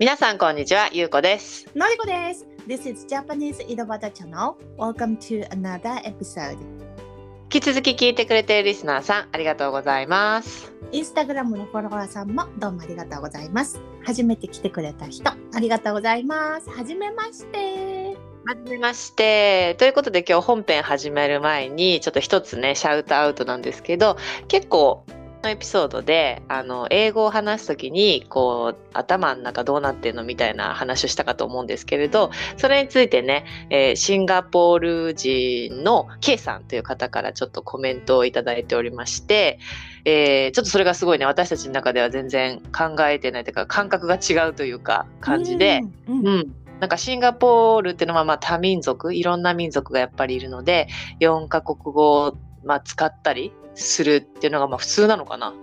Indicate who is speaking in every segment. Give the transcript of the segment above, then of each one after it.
Speaker 1: 皆さんこんにちは、ゆうこです。
Speaker 2: のりこです。This is Japanese 井戸端 Channel. Welcome to another episode.
Speaker 1: 引き続き聞いてくれているリスナーさん、ありがとうございます。
Speaker 2: インスタグラムのフォロワーさんもどうもありがとうございます。初めて来てくれた人、ありがとうございます。はじめまして。
Speaker 1: はじめまして。ということで今日本編始める前に、ちょっと一つね、シャウトアウトなんですけど、結構、のエピソードであの英語を話すときにこう頭の中どうなってんのみたいな話をしたかと思うんですけれどそれについてね、えーシンガポール人の K さんという方からちょっとコメントをいただいておりまして、えーちょっとそれがすごいね私たちの中では全然考えてないというか感覚が違うというか感じで、
Speaker 2: うん。うん
Speaker 1: うん、なんかシンガポールってのはまあ多民族いろんな民族がやっぱりいるので4カ国語をまあ使ったりするっていうのがまあ普通なのかな。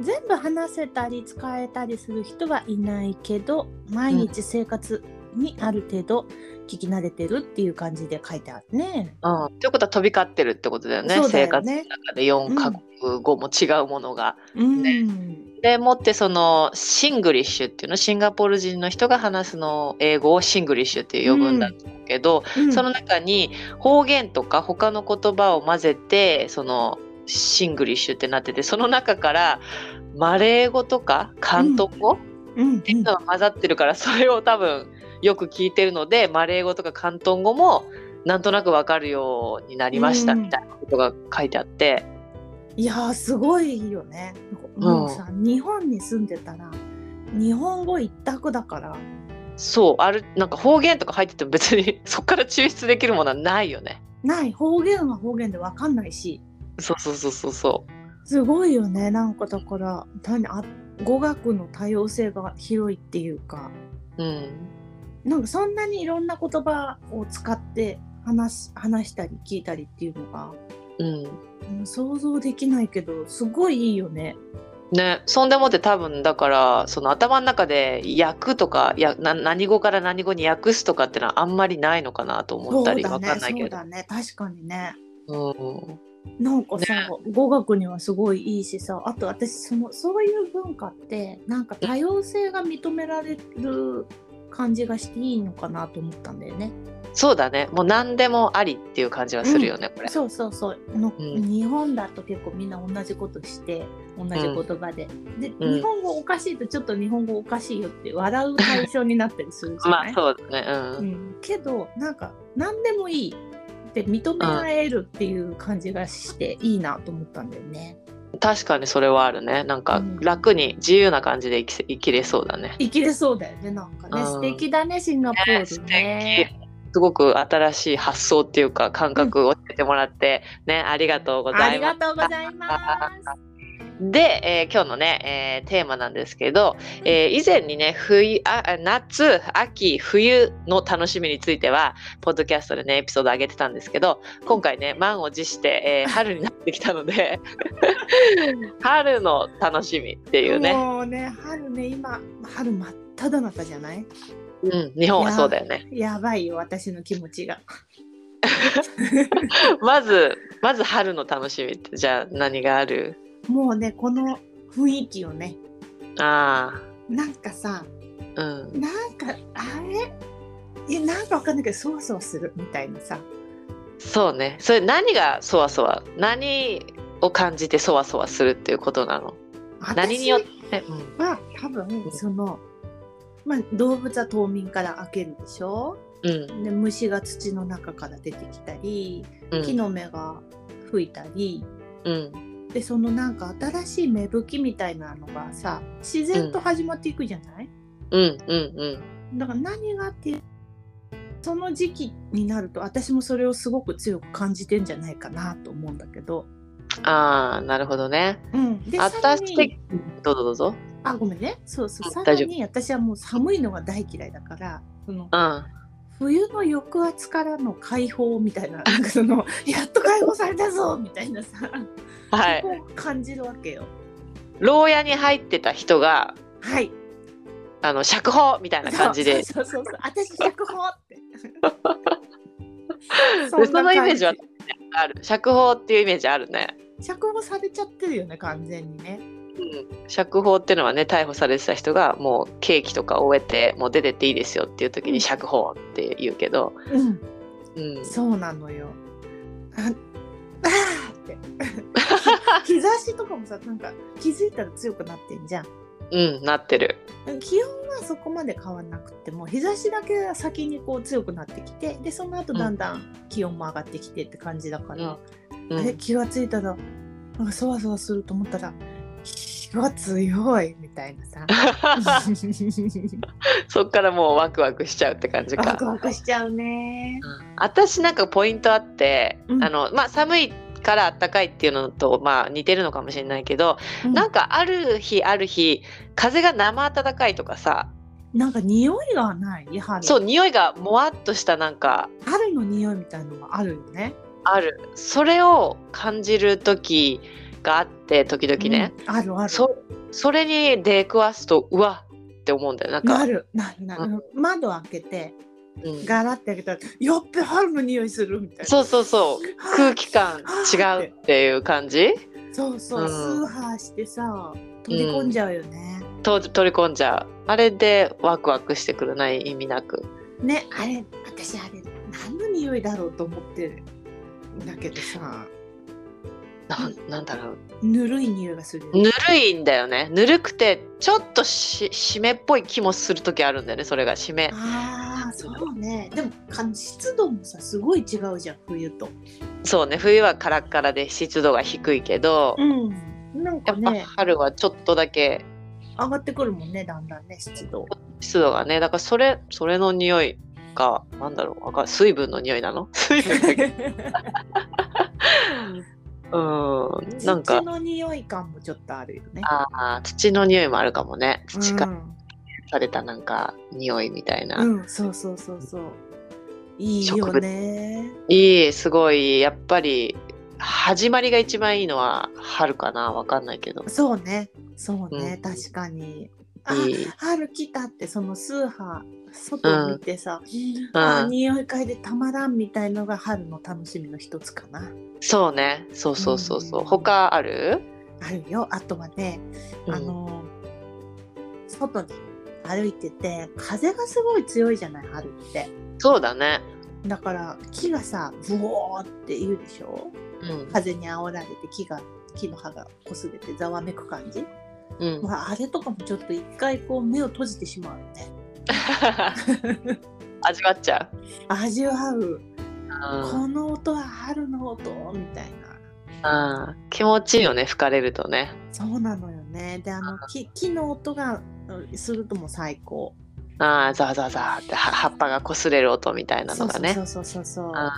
Speaker 2: 全部話せたり使えたりする人はいないけど、毎日生活にある程度聞き慣れてるっていう感じで書いてあるね。
Speaker 1: うん、ということは飛び交ってるってことだよね
Speaker 2: そうだよ
Speaker 1: 生
Speaker 2: ね
Speaker 1: 活の中で4カ国語も違うものが。
Speaker 2: うん。
Speaker 1: でもってそのシングリッシュっていうのシンガポール人の人が話すのを英語をシングリッシュって呼ぶんだけど、
Speaker 2: うん
Speaker 1: その中に方言とか他の言葉を混ぜてそのシングリッシュってなっててその中からマレー語とか関東語っ
Speaker 2: うん
Speaker 1: ていうのが混ざってるから、それを多分よく聞いてるのでマレー語とか関東語もなんとなくわかるようになりました
Speaker 2: うん
Speaker 1: みたいなことが書いてあって、
Speaker 2: いやーすごいよね。
Speaker 1: うん
Speaker 2: もうさ、日本に住んでたら日本語一択だから
Speaker 1: そうあるなんか方言とか入ってても別にそこから抽出できるものはないよね。
Speaker 2: ない方言は方言でわかんないし
Speaker 1: そうそうそうそうそう。
Speaker 2: すごいよねなんかだから単にあ語学の多様性が広いっていうか
Speaker 1: うん
Speaker 2: なんかそんなにいろんな言葉を使って話し話したり聞いたりっていうのが、
Speaker 1: うん、
Speaker 2: うん想像できないけどすごいいいよね。
Speaker 1: ね、そんでもって多分だからその頭の中で訳とかやな何語から何語に訳すとかってのはあんまりないのかなと思ったり、
Speaker 2: そう
Speaker 1: わ
Speaker 2: だ
Speaker 1: かん
Speaker 2: ね
Speaker 1: ない
Speaker 2: そ
Speaker 1: け
Speaker 2: う
Speaker 1: ど。
Speaker 2: だね確かにね。
Speaker 1: うん
Speaker 2: なんかさ、語学にはすごいいいしさあと私そのそういう文化ってなんか多様性が認められる感じがしていいのかなと思ったんだよね。
Speaker 1: そうだねもう何でもありっていう感じはするよね、これ。
Speaker 2: そうそうそうの、
Speaker 1: うん
Speaker 2: 日本だと結構みんな同じことして同じ言葉で、で、
Speaker 1: うん
Speaker 2: 日本語おかしいとちょっと日本語おかしいよって笑う対象になったりするじゃ
Speaker 1: ま
Speaker 2: ない
Speaker 1: あ、そうだね、うん
Speaker 2: うん、けどなんか何でもいいって認められるっていう感じがしていいなと思ったんだよね。
Speaker 1: 確かにそれはあるねなん
Speaker 2: う
Speaker 1: か
Speaker 2: ん
Speaker 1: 楽に自由な感じで生きせ生きれそうだね。
Speaker 2: 生きれそうだよねなんかね、
Speaker 1: うん
Speaker 2: 素敵だねシンガポ
Speaker 1: ね
Speaker 2: ールね
Speaker 1: すごく新しい発想っていうか感覚を教えてもらって、ねありがとうございます。
Speaker 2: ありがとうございます
Speaker 1: で、えー今日のね、えーテーマなんですけど、えー以前にね冬ああ夏秋冬の楽しみについてはポッドキャストでねエピソード上げてたんですけど今回ね満を持して、え ー春になってきたので 春の楽しみっていうね、
Speaker 2: もうね春ね今春真っ只中じゃない
Speaker 1: うん、日本はそうだよね。
Speaker 2: やばいよ私の気持ちが
Speaker 1: まずまず春の楽しみってじゃあ何がある
Speaker 2: もうねこの雰囲気をね
Speaker 1: あ
Speaker 2: なんかさ
Speaker 1: あうん
Speaker 2: なんかあれいやなんかわかんないけどそわそわするみたいなさ
Speaker 1: そうねそれ何がそわそわ何を感じてそわそわするっていうことなの何によって、うん
Speaker 2: 私は多分その、まあ、動物は冬眠から開けるでしょ
Speaker 1: うん
Speaker 2: で虫が土の中から出てきたり
Speaker 1: うん
Speaker 2: 木の芽が吹いたり、
Speaker 1: うん
Speaker 2: でそのなんか新しい芽吹きみたいなのがさ自然と始まっていくじゃない、
Speaker 1: うんうん
Speaker 2: だから何があってその時期になると私もそれをすごく強く感じてんじゃないかなと思うんだけど、
Speaker 1: うんああなるほどね
Speaker 2: うん、でさら
Speaker 1: 私的
Speaker 2: に
Speaker 1: どうぞどうぞ
Speaker 2: あごめんねそうそう
Speaker 1: あ
Speaker 2: さら
Speaker 1: 大丈夫
Speaker 2: に私はもう寒いのが大嫌いだからその
Speaker 1: うん
Speaker 2: 冬の抑圧からの解放みたいな なんかそのやっと解放されたぞみたいなさ、
Speaker 1: はい
Speaker 2: そこを感じるわけよ。
Speaker 1: 牢屋に入ってた人が
Speaker 2: はい
Speaker 1: あの釈放みたいな感じで
Speaker 2: そうそうそうそう私釈放って
Speaker 1: で
Speaker 2: ん
Speaker 1: そ
Speaker 2: な
Speaker 1: の
Speaker 2: 感じ
Speaker 1: イメージはある釈放っていうイメージあるね
Speaker 2: 釈放されちゃってるよね完全にね
Speaker 1: うん、釈放っていうのはね逮捕されてた人がもう刑期とか終えてもう出てっていいですよっていう時に釈放って言うけど、
Speaker 2: うん、
Speaker 1: うん、
Speaker 2: そうなのよ。あ、あーって。 日日差しとかもさ、なんか気づいたら強くなってんじゃん。
Speaker 1: うん、なってる。
Speaker 2: 気温はそこまで変わんなくっても日差しだけが先にこう強くなってきてでその後だんだん気温も上がってきてって感じだから、
Speaker 1: う
Speaker 2: あれ
Speaker 1: ん、
Speaker 2: 気がついたらなんかそわそわすると思ったら日が強いみたい な さ
Speaker 1: そっからもうワクワクしちゃうって感じ
Speaker 2: ワ
Speaker 1: か
Speaker 2: ク。ワクしちゃうね。
Speaker 1: 私なんかポイントあって、
Speaker 2: うん
Speaker 1: あのまあ、寒いから暖かいっていうのと、まあ、似てるのかもしれないけど、なんかある日ある日風が生暖かいとかさ
Speaker 2: なんか匂いがないやはり
Speaker 1: そう匂いがもわっとしたなんか
Speaker 2: 春の匂いみたいのがあるよね。
Speaker 1: あるそれを感じる時があって時々ね、
Speaker 2: うんあるある。
Speaker 1: そそれに出くわすとうわっって思うんだよなんか
Speaker 2: なるなるなる、窓開けて
Speaker 1: うん
Speaker 2: ガラッて開けたら「よっぺ春の匂いする」みたいな。
Speaker 1: そうそうそう空気感違うっていう感じ
Speaker 2: そうそう、
Speaker 1: うん
Speaker 2: スーハーしてさ飛び込んじゃうよね、
Speaker 1: と取り込んじゃうあれでワクワクしてくるない意味なく
Speaker 2: ねあれ私あれ何の匂いだろうと思ってるんだけどさ
Speaker 1: なんなんだろう
Speaker 2: ぬるい匂いがするよね
Speaker 1: ぬるいんだよねぬるくてちょっとし湿っぽい気もする時あるんだよねそれが湿
Speaker 2: ああそうねでもか湿度もさすごい違うじゃん冬と
Speaker 1: そうね冬はカラッカラで湿度が低いけど、
Speaker 2: うんなんか
Speaker 1: やっぱ
Speaker 2: ね
Speaker 1: 春はちょっとだけ
Speaker 2: 上がってくるもんねだんだんね湿度
Speaker 1: 湿度がねだからそれそれの匂いがなんだろうわか水分の匂いなの水分だけ うん なん
Speaker 2: 土
Speaker 1: か
Speaker 2: の匂い感もちょっとあるよね
Speaker 1: あー土の匂いもあるかもね土か
Speaker 2: う
Speaker 1: ら
Speaker 2: ん
Speaker 1: されたなんか匂いみたいな、
Speaker 2: うん、そうそうそうそういいよ
Speaker 1: 植物
Speaker 2: ね
Speaker 1: いいすごいやっぱり始まりが一番いいのは春かなわかんないけど
Speaker 2: そうね、そうね、
Speaker 1: うん
Speaker 2: 確かに。あ、
Speaker 1: いい
Speaker 2: 春来たってそのスーハー外を見てさ、
Speaker 1: うん
Speaker 2: あ匂い嗅いでたまらんみたいのが春の楽しみの一つかな。
Speaker 1: そうねそうそうそうそう、
Speaker 2: うん
Speaker 1: 他ある
Speaker 2: あるよ。あとはね、あの外に歩いてて風がすごい強いじゃない春って。
Speaker 1: うん、そうだね
Speaker 2: だから木がさブオーって言うでしょ。
Speaker 1: うん
Speaker 2: 風に煽られて木が木の葉が擦れてざわめく感じ。
Speaker 1: うん
Speaker 2: まああれとかもちょっと一回こう目を閉じてしまうよね。
Speaker 1: 味わっちゃ
Speaker 2: 味わう、
Speaker 1: う、うん
Speaker 2: この音は春の音みたいな
Speaker 1: うん、気持ちいいよね吹かれるとね
Speaker 2: そうなのよねであの木木の音がうんするともう最高
Speaker 1: ああザーザーザーっては葉っぱが擦れる音みたいなのがね
Speaker 2: そうそうそうそうそ
Speaker 1: あ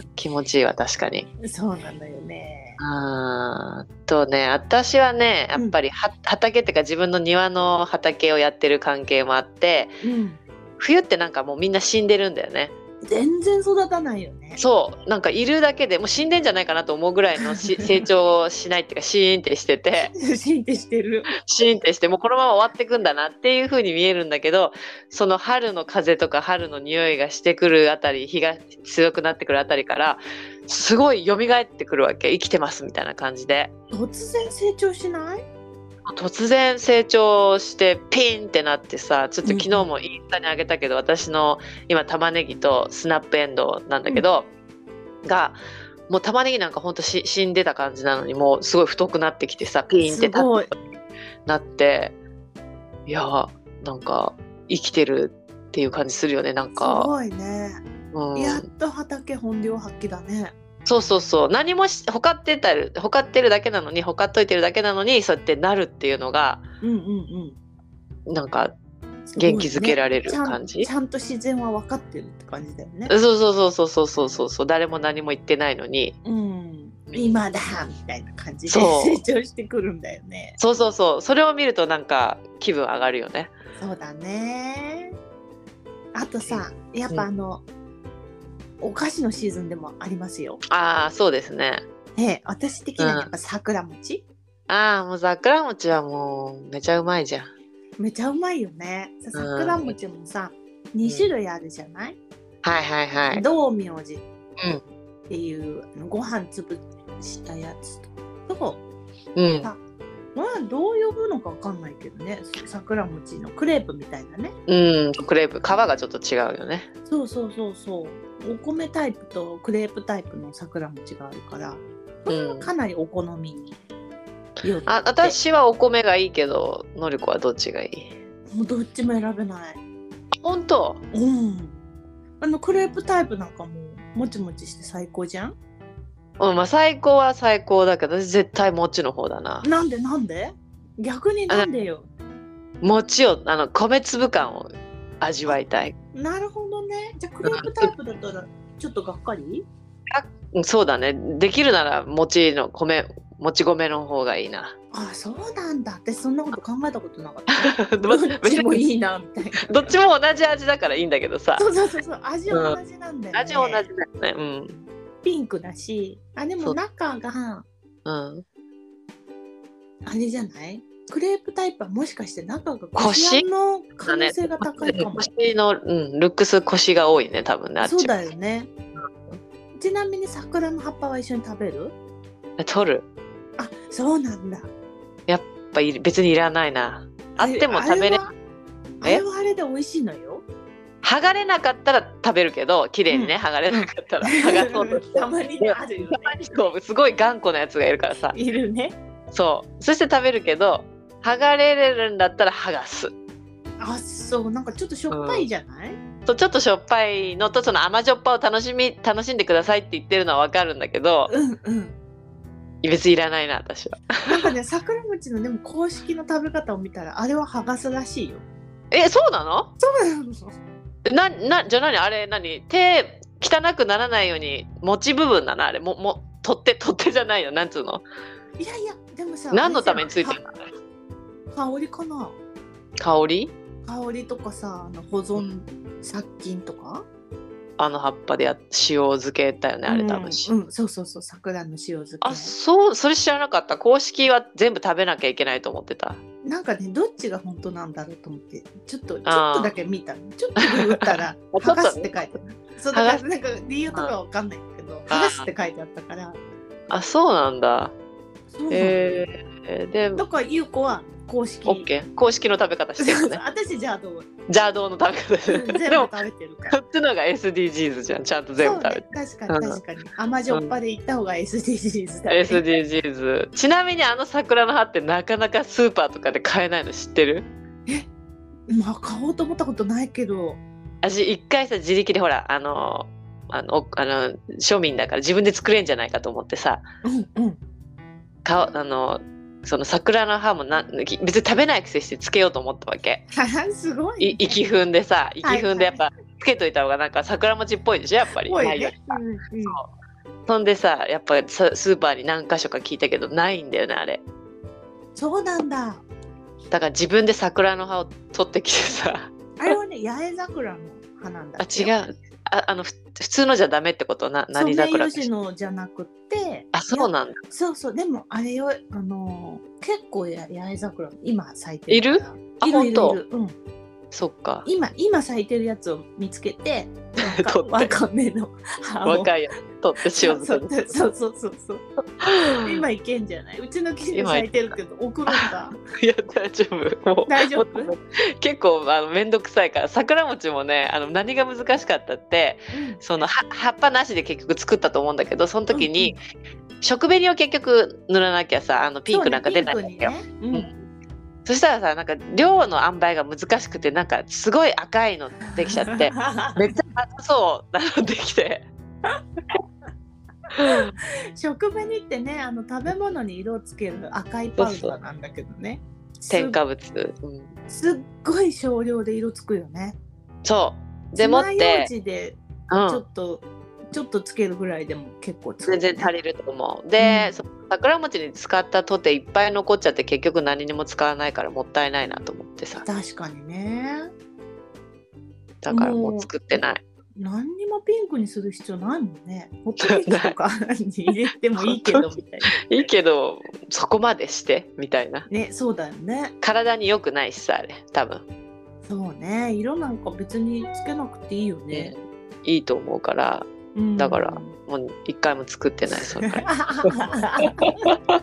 Speaker 1: ー気持ちいいわ確かに
Speaker 2: うそうなのよね
Speaker 1: あーとね私はねやっぱりは、畑っていうか自分の庭の畑をやってる関係もあって
Speaker 2: うん
Speaker 1: 冬ってなんかもうみんな死んでるんだよね
Speaker 2: 全然育たないよね
Speaker 1: そうなんかいるだけでもう死んでんじゃないかなと思うぐらいのし成長しないっていうかシーンってしてて
Speaker 2: 進化してる
Speaker 1: シーンってしてもうこのまま終わってくんだなっていう風に見えるんだけどその春の風とか春の匂いがしてくるあたり日が強くなってくるあたりからすごい蘇ってくるわけ生きてますみたいな感じで
Speaker 2: 突然成長しない
Speaker 1: 突然成長してピンってなってさちょっと
Speaker 2: うん
Speaker 1: 昨日もインスタにあげたけど、私の今玉ねぎとスナップエンドウなんだけど、がもう玉ねぎなんかほんとし死んでた感じなのにもうすごい太くなってきてさピンって
Speaker 2: す
Speaker 1: 立っ
Speaker 2: ごい
Speaker 1: なっていやーなんか生きてるっていう感じするよねなん
Speaker 2: す
Speaker 1: か、
Speaker 2: ごいね
Speaker 1: うん、
Speaker 2: やっと畑本領発揮だね
Speaker 1: そうそうそう何もしほかってたるほかってるだけなのにほかっといてるだけなのにそうやってなるっていうのが
Speaker 2: うんうんうん
Speaker 1: なんか
Speaker 2: すごいね
Speaker 1: 元気づけられる感じ、
Speaker 2: ちゃんちゃんと自然は分かってるって感じだよね
Speaker 1: そうそうそうそうそうそうそう誰も何も言ってないのに
Speaker 2: うん、今だみたいな感じで
Speaker 1: そう
Speaker 2: 成長してくるんだよね。
Speaker 1: そうそうそうそれを見るとなんか気分上がるよね
Speaker 2: そうだね。あとさ、やっぱあの、お菓子のシーズンでもありますよ。
Speaker 1: ああそうですね
Speaker 2: ねえ、私的には
Speaker 1: うん
Speaker 2: やっぱ桜餅、
Speaker 1: ああもう桜餅はもうめちゃうまいじゃん
Speaker 2: めちゃうまいよね。さ
Speaker 1: うん
Speaker 2: 桜餅もさ、2種類あるじゃない、
Speaker 1: はいはいはい
Speaker 2: 道明寺っ
Speaker 1: うん
Speaker 2: ていうあのご飯粒したやつと、
Speaker 1: うん
Speaker 2: あまあどう呼ぶのかわかんないけどね桜餅のクレープみたいなね
Speaker 1: うん、クレープ、皮がちょっと違うよね。
Speaker 2: そうそうそうそうお米タイプとクレープタイプの桜餅があるからこれはかなりお好みによって
Speaker 1: あ、私はお米がいいけど、のりこはどっちがいい
Speaker 2: もうどっちも選べない
Speaker 1: 本当
Speaker 2: うんあのクレープタイプなんかもうもちもちして最高じゃん
Speaker 1: うん、まあ最高は最高だけど、私絶対餅の方だな。
Speaker 2: なんでなんで逆になんでよ
Speaker 1: 餅を、あの、米粒感を味わいたい。
Speaker 2: なるほどねじゃあクレープタイプだったらちょっとがっかり
Speaker 1: うんそうだね。できるなら餅の米、もち米の方がいいな。
Speaker 2: あそうなんだってそんなこと考えたことなかっ
Speaker 1: ど
Speaker 2: たどっちも
Speaker 1: 別に
Speaker 2: いいなみたいな
Speaker 1: どっちも同じ味だからいいんだけどさ。
Speaker 2: そうそうそうそう味は同じなんだよ、ね
Speaker 1: 味は同じだよね。うん。
Speaker 2: ピンクだしあで
Speaker 1: そ
Speaker 2: も
Speaker 1: う
Speaker 2: 中が
Speaker 1: うん、
Speaker 2: あれじゃないクレープタイプはもしかして中
Speaker 1: こ
Speaker 2: がこ
Speaker 1: し
Speaker 2: しあんの可能性が高いかも、
Speaker 1: 腰の、うん、ルックス腰が多いね多分ねあっち
Speaker 2: そうだよねちなみに桜の葉っぱは一緒に食べる
Speaker 1: 取る
Speaker 2: あそうなんだ
Speaker 1: やっぱい別にいらないなあっても食べれ
Speaker 2: あ
Speaker 1: え
Speaker 2: れはあれはあれで美味しいのよ
Speaker 1: 剥がれなかったら食べるけど綺麗にね、
Speaker 2: うん
Speaker 1: 剥がれなかったら剥がそうと
Speaker 2: たまにあるよね
Speaker 1: たまにこうすごい頑固なやつがいるからさ
Speaker 2: いるね
Speaker 1: そうそして食べるけど剥がれるんだったら剥がす
Speaker 2: あそうなんかちょっとしょっぱいじゃない、
Speaker 1: とちょっとしょっぱいのとその甘じょっぱを楽しみ楽しんでくださいって言ってるのはわかるんだけど
Speaker 2: うんうん
Speaker 1: 別にいらないな私は
Speaker 2: なんかね桜餅のでも公式の食べ方を見たらあれは剥がすらしいよ
Speaker 1: えそうなの
Speaker 2: そうなの
Speaker 1: ななじゃあ何あれ何手汚くならないように持ち部分なのあれもも取って取ってじゃないよなんつうの
Speaker 2: いやいやでもさ
Speaker 1: 何のためについてるの
Speaker 2: は香りかな
Speaker 1: 香り
Speaker 2: 香りとかさあの保存殺菌とか、
Speaker 1: あの葉っぱでやっ塩漬けだよねあれ多分、し
Speaker 2: うん、うんそうそうそう桜の塩漬
Speaker 1: あ
Speaker 2: け
Speaker 1: そうそれ知らなかった公式は全部食べなきゃいけないと思ってた
Speaker 2: なんかねどっちが本当なんだろうと思ってちょっとちょっ
Speaker 1: あー
Speaker 2: とだけ見たちょっとググっ たら
Speaker 1: ょっと
Speaker 2: 剥がすって書いてあるそう
Speaker 1: 剥
Speaker 2: だ
Speaker 1: が
Speaker 2: からなんか理由とかは分かんないけど剥がすって書いてあったから
Speaker 1: あそうなんだ
Speaker 2: そうなの
Speaker 1: えー、で
Speaker 2: だから優子は公式
Speaker 1: オッケー公式の食べ方してるのね
Speaker 2: 私じゃあどう
Speaker 1: ジャードーの食べ
Speaker 2: 全
Speaker 1: 方
Speaker 2: 部
Speaker 1: ででも
Speaker 2: 食べてるから
Speaker 1: そっちのが SDGs じゃんちゃんと全部食べて
Speaker 2: そうね、確か
Speaker 1: う
Speaker 2: に
Speaker 1: ん
Speaker 2: 確かに、甘じょっぱで行った方が SDGs だ、ね
Speaker 1: SDGs ちなみにあの桜の葉ってなかなかスーパーとかで買えないの知ってる
Speaker 2: まあ買おうと思ったことないけど
Speaker 1: 私一回さ自力でほらあのあのおあの庶民だから自分で作れんじゃないかと思ってさ
Speaker 2: うんうん
Speaker 1: かあのその桜の葉もなき別に食べないくせしてつけようと思ったわけ
Speaker 2: すご
Speaker 1: い
Speaker 2: いね
Speaker 1: 息踏んでさ息
Speaker 2: はい
Speaker 1: 踏んでやっぱつけといた方がなんか桜餅っぽいでしょやっぱり
Speaker 2: 多い
Speaker 1: ないよ
Speaker 2: ね、うんうん、
Speaker 1: そんでさやっぱさスーパーに何箇所か聞いたけどないんだよねあれ
Speaker 2: そうなんだ
Speaker 1: だから自分で桜の葉を取ってきて さ
Speaker 2: あれはね八重桜の花なんだ
Speaker 1: あ
Speaker 2: って
Speaker 1: 違うああのふ普通のじゃダメってことな
Speaker 2: ソメ
Speaker 1: 何
Speaker 2: イ
Speaker 1: 桜か
Speaker 2: ヨ
Speaker 1: し
Speaker 2: シノじゃなくって
Speaker 1: あそうなんだ
Speaker 2: いやそうそうでもあれよあのー結構や八重桜今咲いてるから
Speaker 1: いるあ
Speaker 2: いるい
Speaker 1: 本
Speaker 2: るいる、うん、
Speaker 1: そっか
Speaker 2: 今今咲いてるやつを見つけて
Speaker 1: 取って
Speaker 2: わかめの葉を
Speaker 1: 若いやつ取って塩漬けに
Speaker 2: そうそうそうそう そう今いけんじゃないうちの近所咲いてるけど送るんだ
Speaker 1: いや大丈夫もう
Speaker 2: 大丈
Speaker 1: も
Speaker 2: 夫
Speaker 1: う結構あの面倒くさいから桜餅もねあの何が難しかったって そのは葉っぱなしで結局作ったと思うんだけどその時に、食紅を結局塗らなきゃさあのピンクなんか出ないんだよ、
Speaker 2: うんうんそうねピンクにね
Speaker 1: そしたらさなんか量の塩梅が難しくてなんかすごい赤いのできちゃってめっちゃまずそうなのできて。
Speaker 2: うん 食紅ってねあの食べ物に色をつける赤いパウダーなんだけどね
Speaker 1: 添加物、うん、
Speaker 2: すすっごい少量で色つくよね
Speaker 1: そうでもっ
Speaker 2: 爪楊
Speaker 1: て、
Speaker 2: 枝で
Speaker 1: う
Speaker 2: ちょ
Speaker 1: ん、
Speaker 2: っと、ちょっとつけるぐらいでも結構つく
Speaker 1: 全然足りると思うで、
Speaker 2: うん
Speaker 1: その桜餅に使ったとていっぱい残っちゃって結局何にも使わないからもったいないなと思ってさ
Speaker 2: 確かにね
Speaker 1: だから
Speaker 2: もう
Speaker 1: もう作ってない
Speaker 2: 何にもピンクにする必要ないもんねホットケーキとかに入れてもいいけどみたいない
Speaker 1: いけどそこまでしてみたいな
Speaker 2: ねそうだよね
Speaker 1: 体に良くないしさあれ多分
Speaker 2: そうね色なんか別につけなくていいよね、
Speaker 1: いいと思うから
Speaker 2: うん
Speaker 1: だから もう一回も作ってないそれから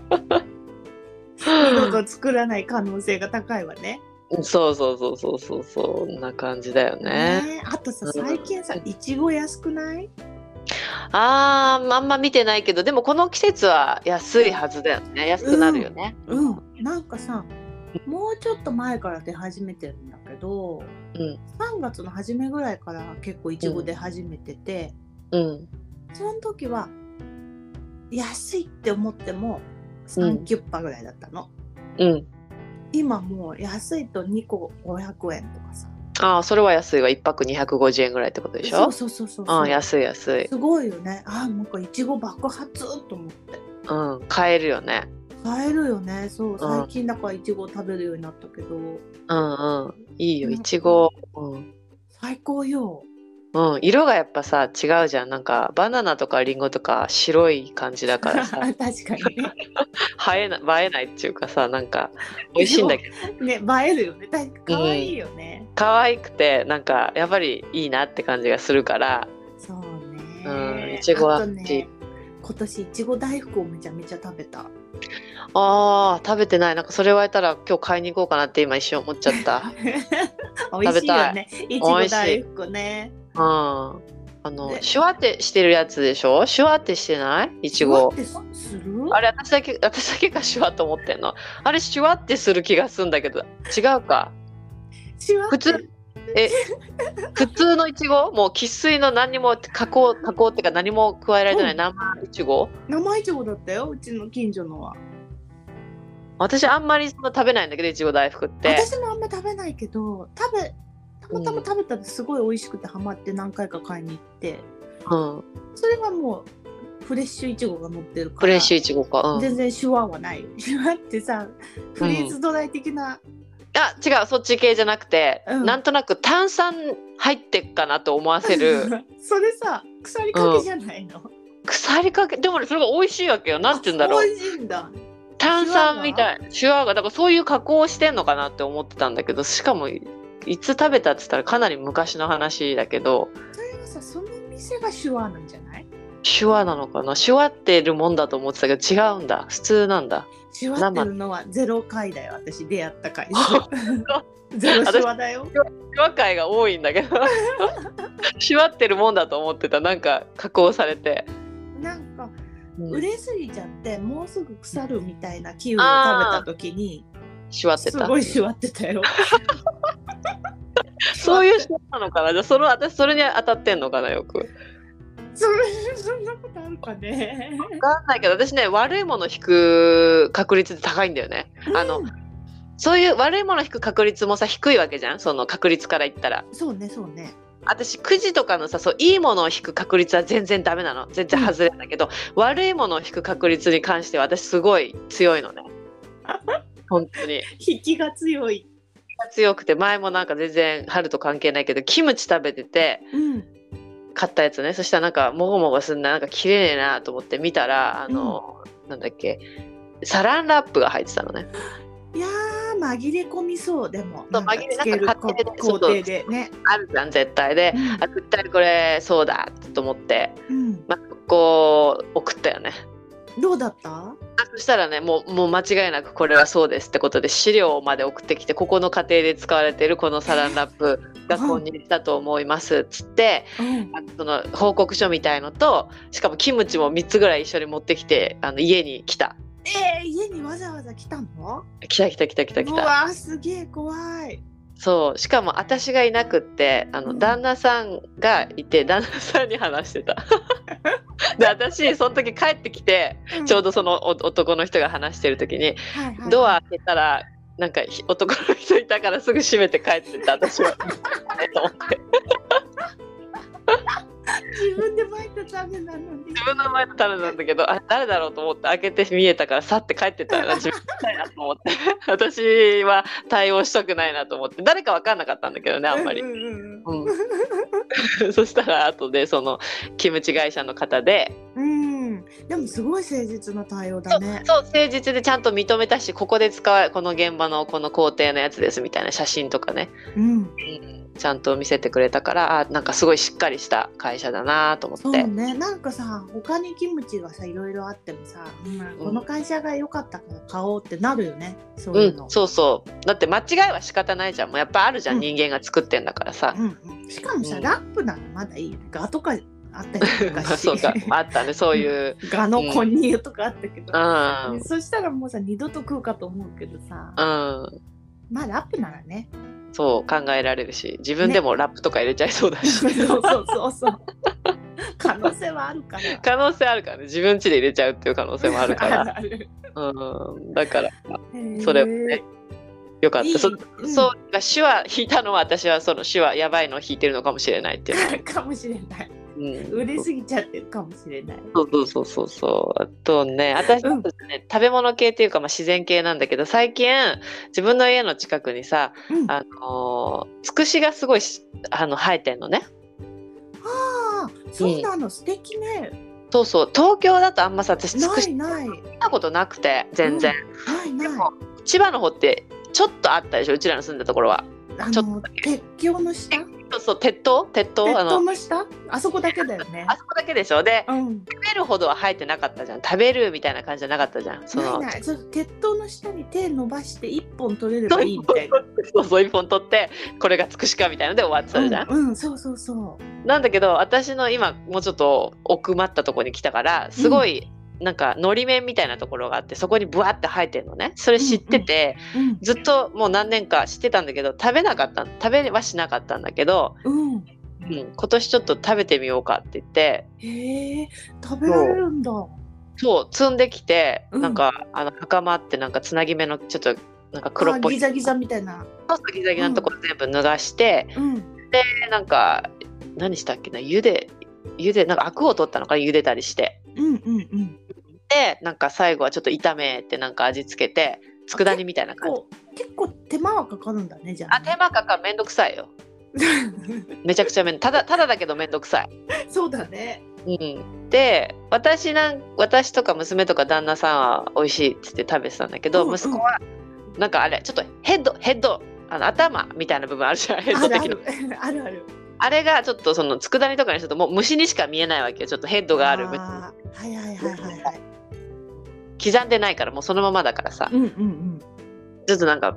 Speaker 2: 二度と作らない可能性が高いわね。
Speaker 1: そうそうそうそうそうそんな感じだよね。
Speaker 2: ねえあとさ
Speaker 1: うん
Speaker 2: 最近さいちご安くない
Speaker 1: あーあんま見てないけどでもこの季節は安いはずだよね安くなるよね。
Speaker 2: うんなんかさもうちょっと前から出始めてるんだけど、
Speaker 1: うん
Speaker 2: 3月の初めぐらいから結構いちご出始めてて、
Speaker 1: うん
Speaker 2: その時は安いって思っても3キュッパぐらいだったの、
Speaker 1: うん
Speaker 2: 今もう安いと2個500円とかさ
Speaker 1: ああそれは安いわ1泊250円ぐらいってことでしょ
Speaker 2: そうそうそうそう
Speaker 1: うん安い安い、
Speaker 2: すごいよねあなんかいちご爆発と思って
Speaker 1: うん、買えるよね
Speaker 2: 買えるよねそう最近だからいちご食べるようになったけど
Speaker 1: うんうんいいよ
Speaker 2: うん
Speaker 1: いちご、うん
Speaker 2: 最高よ
Speaker 1: うん、色がやっぱさ違うじゃんなんかバナナとかリンゴとか白い感じだからさ
Speaker 2: 確かにね
Speaker 1: 映えな映えないっていうかさなんか美味しいんだけど
Speaker 2: ね映えるよね確か可愛いよね、
Speaker 1: 可愛くてなんかやっぱりいいなって感じがするから
Speaker 2: そうね
Speaker 1: うんいちごは
Speaker 2: あとね今年いちご大福をめちゃめちゃ食 べた
Speaker 1: あー食べてないなんかそれ言われたら今日買いに行こうかなって今一瞬思っちゃ っ
Speaker 2: 美味しいよねいちご大福ね
Speaker 1: たうんあの
Speaker 2: ね
Speaker 1: シュワってしてるやつでしょシュワってしてないいち
Speaker 2: シュワ
Speaker 1: ご
Speaker 2: ってすする
Speaker 1: あれ私だけ私だけがシュワと思ってんのあれシュワってする気がすんだけど違うか
Speaker 2: シュワっ
Speaker 1: 普
Speaker 2: て
Speaker 1: 通え普通のいちごもう生粋の何にも加工加工っていうか何も加えられてない
Speaker 2: うん
Speaker 1: 生いちご
Speaker 2: 生いちごだったようちの近所のは
Speaker 1: 私あんまりそんな食べないんだけどいちご大福って
Speaker 2: 私もあんま食べないけど食べたまたま食べたらすごい美味しくてハマって何回か買いに行って
Speaker 1: うん
Speaker 2: それはもうフレッシュいちごが乗ってるから
Speaker 1: フレッシュいちごかうん
Speaker 2: 全然シュワはないよ。シュワってさ、フリーズドライ的な、
Speaker 1: あ違うそっち系じゃなくて、
Speaker 2: うん
Speaker 1: なんとなく炭酸入ってっかなと思わせ る
Speaker 2: それさ、腐りかけじゃないの。
Speaker 1: 腐りかけでもそれが美味しいわけよなんて言うんだろう
Speaker 2: 美味しいんだ。
Speaker 1: 炭酸みたいシュワがだからそういう加工をしてんのかなって思ってたんだけどしかもいいつ食べたって言ったらかなり昔の話だけど
Speaker 2: それはさ、その店がシュワなんじゃない
Speaker 1: シュワなのかなシュワってるもんだと思ってたけど違うんだ普通なんだ
Speaker 2: シュワっていうのはゼロ回だよ、私出会った回
Speaker 1: あ。
Speaker 2: ゼロシュワだよ。
Speaker 1: シュワ界が多いんだけ どシュワってるもんだと思ってたなんか加工されて、
Speaker 2: なんか、
Speaker 1: うん
Speaker 2: 売れすぎちゃって、もうすぐ腐るみたいなキウイを食べた時に、
Speaker 1: シュワって
Speaker 2: す
Speaker 1: た
Speaker 2: ごいシュワってたよ。
Speaker 1: そういう人なのかな。じゃあその私それに当たってんのかなよく。
Speaker 2: それ、 そんなことあるかね。
Speaker 1: わかんないけど私ね悪いもの引く確率って高いんだよね。あの、
Speaker 2: うん
Speaker 1: そういう悪いもの引く確率もさ低いわけじゃん。その確率から言ったら。
Speaker 2: そうね、そうね。
Speaker 1: 私くじとかのさそういいものを引く確率は全然ダメなの。全然外れんだけど、悪いものを引く確率に関しては私すごい強いのね。 本当に
Speaker 2: 引きが強い。
Speaker 1: 強くて前もなんか全然春と関係ないけどキムチ食べてて
Speaker 2: うん。
Speaker 1: 買ったやつねそしたらなんかもごもごすんななんか切れねえなと思って見たらあの、なんだっけサランラップが入ってたのね
Speaker 2: いやー紛れ込みそうでも
Speaker 1: そう
Speaker 2: なんか
Speaker 1: 紛れ
Speaker 2: つける
Speaker 1: なんか勝手に
Speaker 2: 工
Speaker 1: そうそう
Speaker 2: 程でね、
Speaker 1: あるじゃん絶対で、あ絶対これそうだと思って、
Speaker 2: うん
Speaker 1: まあ、こう送ったよね
Speaker 2: どうだった
Speaker 1: あそしたらねもうもう間違いなくこれはそうですってことで資料まで送ってきてここの家庭で使われてるこのサランラップが購入したと思いますっつってあのその報告書みたいのとしかもキムチも3つぐらい一緒に持ってきてあの家に来た
Speaker 2: えー、家にわざわざ来たの
Speaker 1: 来た来た来た来た来
Speaker 2: う
Speaker 1: た
Speaker 2: わーすげえ怖い
Speaker 1: そうしかも私がいなくってあ
Speaker 2: う
Speaker 1: の
Speaker 2: ん
Speaker 1: 旦那さんがいて 旦那さんに話して たで私その時帰ってきて
Speaker 2: うん
Speaker 1: ちょうどそのお男の人が話してる時に
Speaker 2: はいはい
Speaker 1: ドア開けたらなんかひ男の人いたからすぐ閉めて帰ってった私 はえと思って
Speaker 2: 自分で巻いたためなのに
Speaker 1: 自分の前のタレなんだけどあ誰だろうと思って開けて見えたからさって帰ってったら自分たいなと思って 私は対応したくないなと思って誰か分かんなかったんだけどねあんまり
Speaker 2: う。んうん
Speaker 1: うん そしたら後でそのキムチ会社の方で、
Speaker 2: うん、うん、でもすごい誠実な対応だね
Speaker 1: そう誠実でちゃんと認めたしここで使うこの現場のこの工程のやつですみたいな写真とかね、
Speaker 2: うん
Speaker 1: うんちゃんと見せてくれたからあなんかすごいしっかりした会社だなと思
Speaker 2: そ
Speaker 1: っ
Speaker 2: う
Speaker 1: て
Speaker 2: ねなんかさ他にキムチがさいろいろあってもさ、うんこの会社が良かったから買おうってなるよねそう
Speaker 1: う
Speaker 2: いうんの、
Speaker 1: そうそうだって間違いは仕方ないじゃんもうやっぱあるじゃん、
Speaker 2: うん
Speaker 1: 人間が作ってんだからさ、
Speaker 2: うんうんしかもさ、
Speaker 1: うん
Speaker 2: ラップならまだいいよガとかあったよ
Speaker 1: まあ
Speaker 2: 昔
Speaker 1: そうかあったねそういう
Speaker 2: ガの混入とかあったけど
Speaker 1: う、ん
Speaker 2: そしたらもうさ二度と食うかと思うけどさ、
Speaker 1: うん
Speaker 2: まあラップならね
Speaker 1: そう考えられるし自分でもラップとか入れちゃい そうだし、
Speaker 2: そうそうそうそう可能性はあるから
Speaker 1: 可能性あるからね自分家で入れちゃうっていう可能性もあるか ら、
Speaker 2: ある
Speaker 1: うん、だから
Speaker 2: ある
Speaker 1: それをねよかった
Speaker 2: いい
Speaker 1: そ
Speaker 2: うん
Speaker 1: そうだ手話弾いたのは私はその手話やばいのを弾いてるのかもしれないっていうの
Speaker 2: へー かもしれない
Speaker 1: うん
Speaker 2: 売れすぎちゃってるかもしれない
Speaker 1: そうそうそうそうそうあとね私、
Speaker 2: うん
Speaker 1: ね食べ物系っていうか、まあ、自然系なんだけど最近自分の家の近くにさ
Speaker 2: うん
Speaker 1: あのーつくしがすごいしあの生えてんのね
Speaker 2: ああ、そうなの、素敵ね。
Speaker 1: そうそう東京だとあんまさ私つ
Speaker 2: な
Speaker 1: くし
Speaker 2: いない。
Speaker 1: 見たことなくて全然、
Speaker 2: ないない。
Speaker 1: も千葉の方ってちょっとあったでしょうちらの住んだところは
Speaker 2: あ
Speaker 1: ちょ
Speaker 2: の、鉄橋の下。鉄
Speaker 1: そうそう鉄塔鉄塔あ
Speaker 2: 塔
Speaker 1: の
Speaker 2: の下。あそこだけだよね
Speaker 1: あ。そこだけでしょで
Speaker 2: うん。
Speaker 1: 食べるほどは生えてなかったじゃん食べるみたいな感じじゃなかったじゃんそ
Speaker 2: ない
Speaker 1: の
Speaker 2: ない。そう、鉄塔の下に手伸ばして、一本取れればいいみたいな。
Speaker 1: そうそう一本取ってこれがつくしかみたいので終わってたじゃん、
Speaker 2: うん、うん、そうそうそう。
Speaker 1: なんだけど私の今もうちょっと奥まったところに来たからすごい、なんかのり面みたいなところがあってそこにブワって生えてるのねそれ知ってて、
Speaker 2: うん、
Speaker 1: ずっともう何年か知ってたんだけど食べなかった食べはしなかったんだけど、
Speaker 2: うん。
Speaker 1: うん、今年ちょっと食べてみようかって言って
Speaker 2: へえ、食べられるんだ。
Speaker 1: そう摘んできて、
Speaker 2: うん
Speaker 1: なんかあの袴ってなんかつなぎ目のちょっとなんか黒っぽ
Speaker 2: あ
Speaker 1: い
Speaker 2: ギザギザみたいな。
Speaker 1: そうそうギザギザのところ全部脱がして、
Speaker 2: うん。
Speaker 1: でなんか何したっけな茹で茹でなんかアクを取ったのかな茹でたりして
Speaker 2: うん、うん、うん。
Speaker 1: でなんか最後はちょっと炒めてなんか味付けて佃煮みたいな感じ
Speaker 2: こう、結構手間はかかるんだね、じゃあ
Speaker 1: あ手間かかるめんどくさいよめちゃくちゃめんただただだけどめんどくさい、
Speaker 2: そうだね。
Speaker 1: うん、で私なん私とか娘とか旦那さんは美味しいっつって食べてたんだけど、
Speaker 2: うんうん
Speaker 1: 息子はなんかあれちょっとヘッドヘッドあの頭みたいな部分あるじゃん ヘッ
Speaker 2: あ
Speaker 1: ド
Speaker 2: るあ
Speaker 1: 的な
Speaker 2: る。 あるある。
Speaker 1: あれがちょっとその佃煮とかにするともう虫にしか見えないわけよちょっとヘッドがある
Speaker 2: ーはいはいはいはいはい。
Speaker 1: 刻んでないからもうそのままだからさ
Speaker 2: うんうん
Speaker 1: ちょっとなんか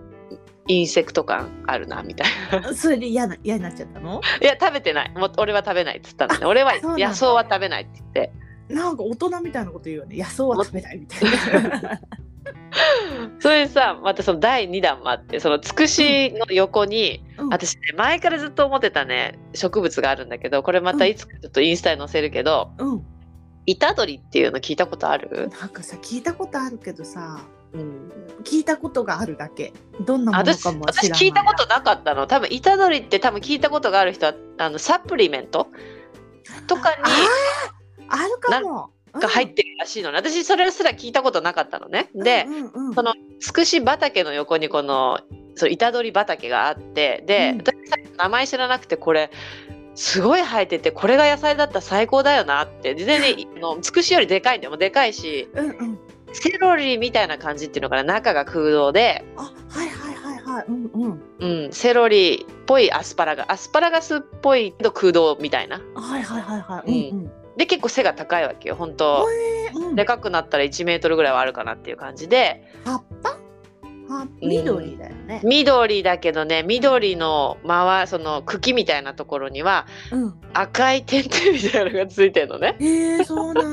Speaker 1: インセクト感あるなみたいな
Speaker 2: うん。それで嫌な嫌になっちゃったの？
Speaker 1: いや食べてないもう俺は食べないっつったんだね俺は
Speaker 2: そうなんだ
Speaker 1: 野草は食べないって言って
Speaker 2: なんか大人みたいなこと言うよね。野草は食べないみたいな。
Speaker 1: それでさまたその第2弾もあってそのつくしの横に、
Speaker 2: うん
Speaker 1: 私ね前からずっと思ってたね植物があるんだけどこれまたいつかちょっとインスタに載せるけど、
Speaker 2: うん。
Speaker 1: イタドリっていうの聞いたことある、
Speaker 2: なんかさ聞いたことあるけどさ、
Speaker 1: うん、
Speaker 2: 聞いたことがあるだけ。どんなもの
Speaker 1: 私
Speaker 2: かも知
Speaker 1: 私
Speaker 2: らない。
Speaker 1: 聞いたことなかったの多分イタドリって多分聞いたことがある人はあのサプリメントとかに
Speaker 2: ああるかも。
Speaker 1: が入ってるらしいのね私それすら聞いたことなかったのね。
Speaker 2: うん
Speaker 1: で、
Speaker 2: うんうんうん
Speaker 1: そのつくし畑の横にこのそう虎取畑があってで、
Speaker 2: うん
Speaker 1: 私最初名前知らなくてこれすごい生えててこれが野菜だったら最高だよなって事前にあ のつくしよりでかいんだよもうでかいし
Speaker 2: うんうん。
Speaker 1: セロリみたいな感じっていうのかな中が空洞で、
Speaker 2: あはいはいはいはい。うんうん。
Speaker 1: うん、セロリっぽいアスパラガアスパラガスっぽいけど空洞みたいな
Speaker 2: はいはいはいはい。うんうん。
Speaker 1: で結構背が高いわけよ本当
Speaker 2: えーうん
Speaker 1: でかくなったら1メートルぐらいはあるかなっていう感じで
Speaker 2: 葉っぱ？葉緑だよね。
Speaker 1: 緑だけどね緑の周その茎みたいなところには
Speaker 2: うん。
Speaker 1: 赤い点々みたいなのがついてるのね。
Speaker 2: へえそうな ん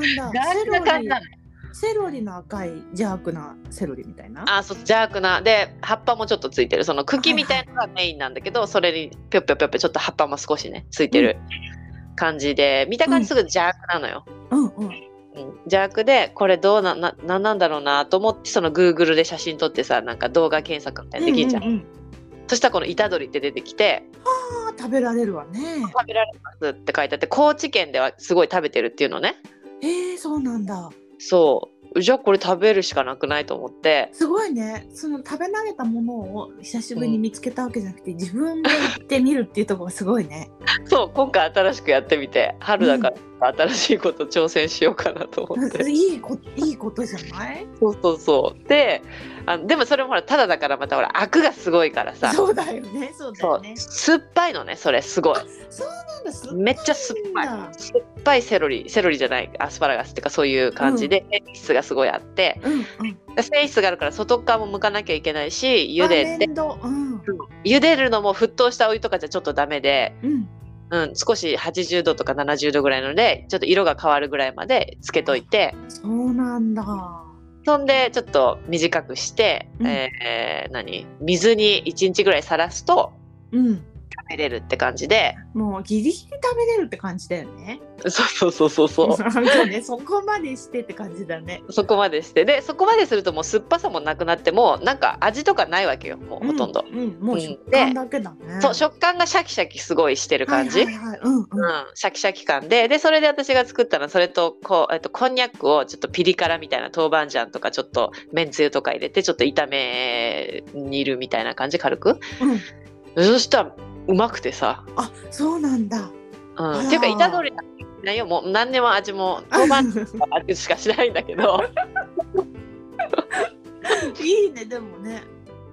Speaker 2: だ。セ
Speaker 1: な
Speaker 2: ロ
Speaker 1: 感
Speaker 2: リ
Speaker 1: じなの
Speaker 2: セロリの赤い邪悪なセロリみたいな。
Speaker 1: あそう邪悪なで葉っぱもちょっとついてるその茎みたいなのがメインなんだけど、それにぴょっぴょっぴょっぴょちょっと葉っぱも少しねついてる感じで見た感じすぐ邪悪なのよ。
Speaker 2: うんうん。
Speaker 1: うん邪悪でこれどうなななんなんだろうなと思ってその Google で写真撮ってさなんか動画検索みたいなのできるじゃん,、
Speaker 2: うんうんうん
Speaker 1: そしたらこの「イタドリ」って出てきて
Speaker 2: あー食べられるわね
Speaker 1: 「。食べられます」って書いてあって高知県ではすごい食べてるっていうのね。
Speaker 2: へえそうなんだ。
Speaker 1: そうじゃあこれ食べるしかなくないと思って
Speaker 2: すごいね。その食べ慣れたものを久しぶりに見つけたわけじゃなくて、自分で行ってみるっていうところがすごいね。
Speaker 1: そう今回新しくやってみて春だから、と新しいこと挑戦しようかなと思って。
Speaker 2: いいこいいことじゃない
Speaker 1: そうそうそう。で、あのでもそれもほらただだからまたほら悪がすごいからさ。
Speaker 2: そうだよねそうだ
Speaker 1: そ
Speaker 2: よ
Speaker 1: う
Speaker 2: ね
Speaker 1: 酸っぱいのねそれすごい
Speaker 2: そうなんだす
Speaker 1: めっちゃ酸っぱい
Speaker 2: なんだ
Speaker 1: 酸っぱいセロリセロリじゃないアスパラガスっていうかそういう感じで繊維質がすごいあって
Speaker 2: うんうん
Speaker 1: で繊維質があるから外側も剥かなきゃいけないし茹でて
Speaker 2: あ面倒うん
Speaker 1: 茹でるのも沸騰したお湯とかじゃちょっとダメで、
Speaker 2: うん
Speaker 1: うん、少し80度とか70度ぐらいなのでちょっと色が変わるぐらいまでつけといて
Speaker 2: そうなんだ
Speaker 1: そんでちょっと短くして、
Speaker 2: うん
Speaker 1: えー何水に1日ぐらいさらすと
Speaker 2: うん
Speaker 1: 食べれるって感じで
Speaker 2: もうギリギリ食べれるって感じだよね
Speaker 1: そうそうそうそうそう。
Speaker 2: なんかね そこまでしてって感じだね
Speaker 1: そこまでしてでそこまでするともう酸っぱさもなくなってもうなんか味とかないわけよもうほとんど、
Speaker 2: うん、うん、もう食
Speaker 1: う
Speaker 2: 感
Speaker 1: ん
Speaker 2: だけだね
Speaker 1: そう食感がシャキシャキすごいしてる感じ、
Speaker 2: はいはいはい、うんうん
Speaker 1: うん、シャキシャキ感ででそれで私が作ったのはそれとこう、えっと、こんにゃくをちょっとピリ辛みたいな豆板醤とかちょっとめんつゆとか入れてちょっと炒め煮るみたいな感じ軽く
Speaker 2: うん
Speaker 1: そしたらうまくてさ、
Speaker 2: あそうなんだ
Speaker 1: うん
Speaker 2: あ、ら
Speaker 1: っていうか炒どりないよもう何でも味も豆板醤の味しかしないんだけど
Speaker 2: いいねでもね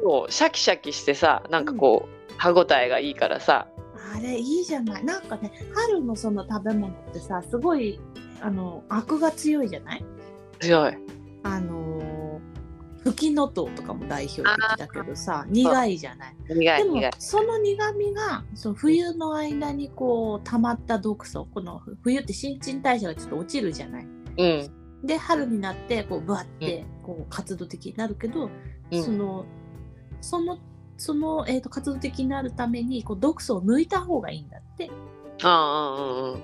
Speaker 1: そうシャキシャキしてさなんかこう歯ごたえがいいからさ
Speaker 2: あれいいじゃないなんかね春のその食べ物ってさすごいあのアクが強いじゃない
Speaker 1: 強い。
Speaker 2: あのーフキノトウとかも代表的だけどさ苦いじゃない
Speaker 1: 苦
Speaker 2: で
Speaker 1: い
Speaker 2: も
Speaker 1: 苦い。
Speaker 2: その苦みがその冬の間にこう溜まった毒素この冬って新陳代謝がちょっと落ちるじゃない
Speaker 1: うん。
Speaker 2: で春になってこうぶわってこう活動的になるけど、
Speaker 1: うん
Speaker 2: そのそのその、えー、と活動的になるためにこう毒素を抜いた方がいいんだって
Speaker 1: ああ、うんうん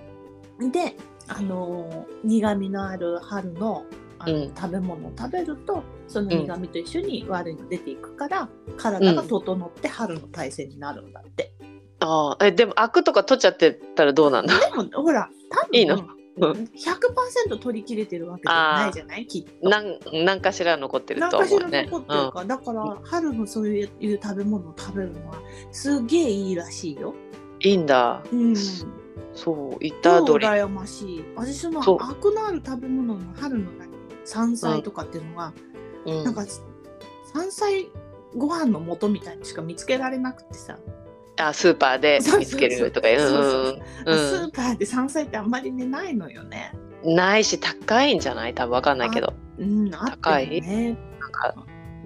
Speaker 1: うん。
Speaker 2: で、あのー苦味のある春のあの、
Speaker 1: うん
Speaker 2: 食べ物を食べるとその苦味と一緒に悪いの出ていくから、体が整って春の体勢になるんだって、
Speaker 1: ああ、え、でも、アクとか取っちゃってたらどうなんだ。
Speaker 2: でもほら多分
Speaker 1: いいのうん
Speaker 2: 100%取り切れてるわけじゃないじゃないきっと。
Speaker 1: なん、なんかしら残ってる
Speaker 2: 何
Speaker 1: とは
Speaker 2: か
Speaker 1: 思
Speaker 2: し
Speaker 1: う
Speaker 2: ら
Speaker 1: ね。
Speaker 2: 残ってるか、だから春のそういういう食べ物を食べるのはすげえいいらしいよ。
Speaker 1: うん、いいんだ。
Speaker 2: うん、
Speaker 1: そう、イタ
Speaker 2: 超
Speaker 1: ドリ。
Speaker 2: 羨ましい。私その
Speaker 1: そう
Speaker 2: アクのある食べ物の春の何山菜とかっていうのは、
Speaker 1: うん
Speaker 2: なんか山菜ご飯の素みたいにしか見つけられなくてさ、
Speaker 1: あ、スーパーで見つけるとか。
Speaker 2: そうそうそう
Speaker 1: うんうん
Speaker 2: ス
Speaker 1: うん
Speaker 2: ーパーで山菜ってあんまりねないのよね。
Speaker 1: うん。ないし、高いんじゃない、多分わかんないけど。
Speaker 2: うん、あっても
Speaker 1: 高い
Speaker 2: ね。
Speaker 1: なんか、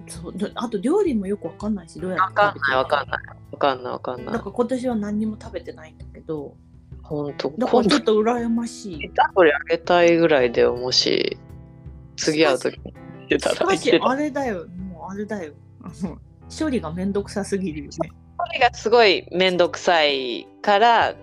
Speaker 2: そうであと料理もよくわかんないしどうや
Speaker 1: わ
Speaker 2: って
Speaker 1: かん
Speaker 2: 食べて
Speaker 1: ない、わかんない。わかんない、わかん
Speaker 2: だ
Speaker 1: ない
Speaker 2: か。ら今年は何にも食べてないんだけど。
Speaker 1: 本当。
Speaker 2: だか
Speaker 1: 今
Speaker 2: らち
Speaker 1: 度
Speaker 2: ょっ、と羨ましい
Speaker 1: イ。タドリあげたいぐらいで、もし。次会う時に。出た
Speaker 2: し
Speaker 1: ら。
Speaker 2: か
Speaker 1: 生きて
Speaker 2: した
Speaker 1: ら
Speaker 2: あれだよ、もうあれだよ。あの処理がめんどくさすぎるよね。
Speaker 1: これがすごい面倒くさいから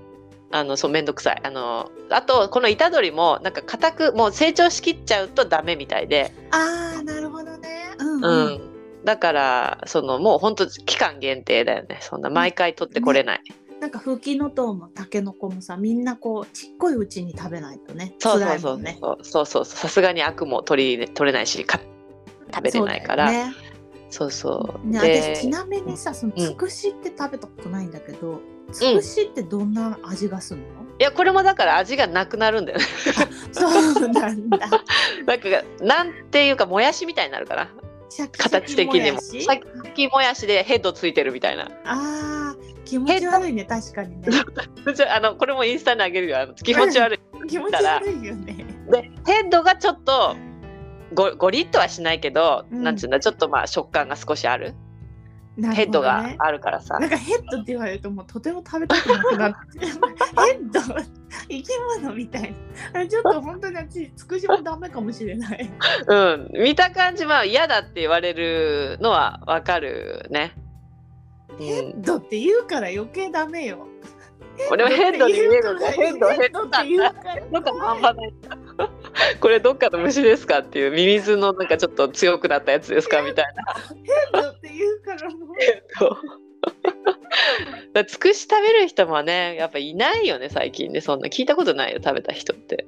Speaker 1: あのそう面倒くさいあのあとこの虎杖もなんか硬くもう成長しきっちゃうとダメみたいで、
Speaker 2: ああ、なるほどね。うん、
Speaker 1: うんだからそのもうほんと期間限定だよねそんな毎回取ってこれない、
Speaker 2: なんかフキノトウもタケノコもさ、みんなこうちっこいうちに食べないとね。
Speaker 1: そうそ
Speaker 2: 辛
Speaker 1: う
Speaker 2: い
Speaker 1: そ
Speaker 2: も
Speaker 1: うん
Speaker 2: ね。
Speaker 1: そうそうそうさすがに悪も取り取れないしか食べれないから
Speaker 2: そうだよね
Speaker 1: そうそう,、
Speaker 2: ね
Speaker 1: で
Speaker 2: 私ちなみにさ、その
Speaker 1: うん
Speaker 2: つくしって食べたことないんだけど、つくしってどんな味がする の？
Speaker 1: いやこれもだから味がなくなるんだよね
Speaker 2: そうなんだ。
Speaker 1: なんかなんていうかもやしみたいになるから
Speaker 2: シャキシャ
Speaker 1: 形
Speaker 2: キ
Speaker 1: 的にも
Speaker 2: やし
Speaker 1: シャキシャキもやしでヘッドついてるみたいな
Speaker 2: ああ、気持ち悪いね、確かにね。
Speaker 1: じゃああのこれもインスタにあげるよあの気持ち悪い
Speaker 2: 気持ち悪いよね。
Speaker 1: でヘッドがちょっとゴゴリッとはしないけど、
Speaker 2: うん
Speaker 1: なんつうんだちょっとまあ食感が少しある
Speaker 2: なるほどね
Speaker 1: ヘッドがあるからさ
Speaker 2: なんかヘッドって言われるともうとても食べたくなくなって ヘッド生き物みたいなあれちょっと本当に私つくしもダメかもしれない
Speaker 1: うん見た感じは嫌だって言われるのはわかるね、う
Speaker 2: ヘッ
Speaker 1: ん、
Speaker 2: ドって言うから余計ダメよ
Speaker 1: 俺はヘッドに見えるんだヘ
Speaker 2: ヘ
Speaker 1: ッド
Speaker 2: ッド
Speaker 1: ヘ
Speaker 2: ヘ
Speaker 1: ッ
Speaker 2: ッ
Speaker 1: ド
Speaker 2: ドっ
Speaker 1: だ
Speaker 2: て言うから
Speaker 1: なんか半端ないこれどっかの虫ですかっていうミミズのなんかちょっと強くなったやつですかみたいな
Speaker 2: ヘッドって言うからもう
Speaker 1: そうだからつくし食べる人もねやっぱいないよね最近ねそんな聞いたことないよ食べた人って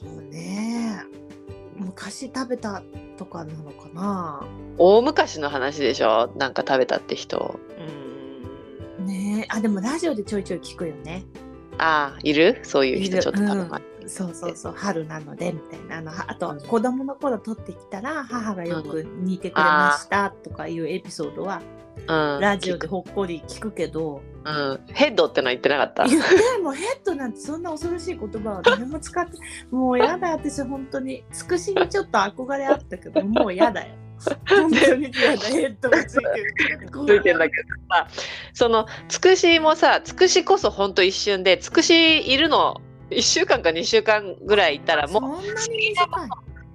Speaker 2: そうね昔食べたとかなのかな
Speaker 1: 大昔の話でしょなんか食べたって人
Speaker 2: ねえあでもラジオでちょいちょい聞くよね
Speaker 1: ああいるそういう人
Speaker 2: いる
Speaker 1: ちょっと食べま
Speaker 2: そうそうそう春なのでみたいなあのあと子供の頃撮ってきたら母がよく似てくれましたとかいうエピソードは
Speaker 1: うん、
Speaker 2: ラジオで
Speaker 1: 聞
Speaker 2: ほっこり聞くけど
Speaker 1: くうん、ヘッドってのは言ってなかった
Speaker 2: 言ってもヘッドなんてそんな恐ろしい言葉は誰も使ってもうやだ私本当につくしにちょっと憧れあったけどもうやだよ本当にやだヘッドがついてる
Speaker 1: ついてんだけどさそのつくしもさつくしこそほんと一瞬でつくしいるの1週間か2週間ぐらいいたら
Speaker 2: そ
Speaker 1: もう
Speaker 2: んなに短い、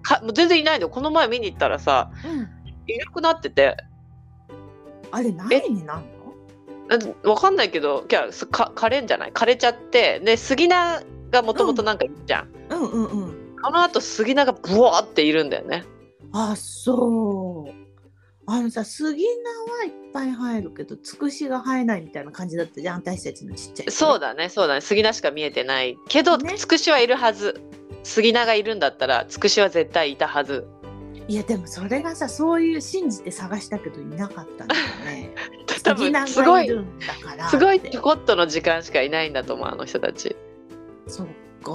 Speaker 1: かもう全然いないのこの前見に行ったらさ
Speaker 2: うん、
Speaker 1: いなくなってて
Speaker 2: あれ何になんの
Speaker 1: なわかんないけどいやすか枯れんじゃない枯れちゃってで杉菜がもともとなんかいるじゃん、
Speaker 2: うんうんうん
Speaker 1: あのあと杉菜がブワーっているんだよね
Speaker 2: あそうあのさ杉菜はいっぱい生えるけどつくしが生えないみたいな感じだったじゃん私たちのちっちゃい頃
Speaker 1: そうだねそうだね杉菜しか見えてないけど、
Speaker 2: ね
Speaker 1: つくしはいるはず杉菜がいるんだったらつくしは絶対いたはず
Speaker 2: いやでもそれがさそういう信じて探したけどいなかったんだよね
Speaker 1: 多
Speaker 2: 杉
Speaker 1: 分
Speaker 2: 菜
Speaker 1: すご
Speaker 2: がい
Speaker 1: い
Speaker 2: るんだから
Speaker 1: すごい
Speaker 2: っ
Speaker 1: ち
Speaker 2: て
Speaker 1: ょこっとの時間しかいないんだと思うあの人たち
Speaker 2: そっか